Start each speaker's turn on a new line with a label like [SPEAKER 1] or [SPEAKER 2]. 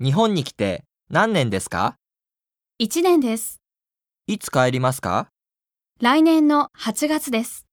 [SPEAKER 1] 日本に来て何年ですか
[SPEAKER 2] 1年です。
[SPEAKER 1] いつ帰りますか
[SPEAKER 2] 来年の8月です。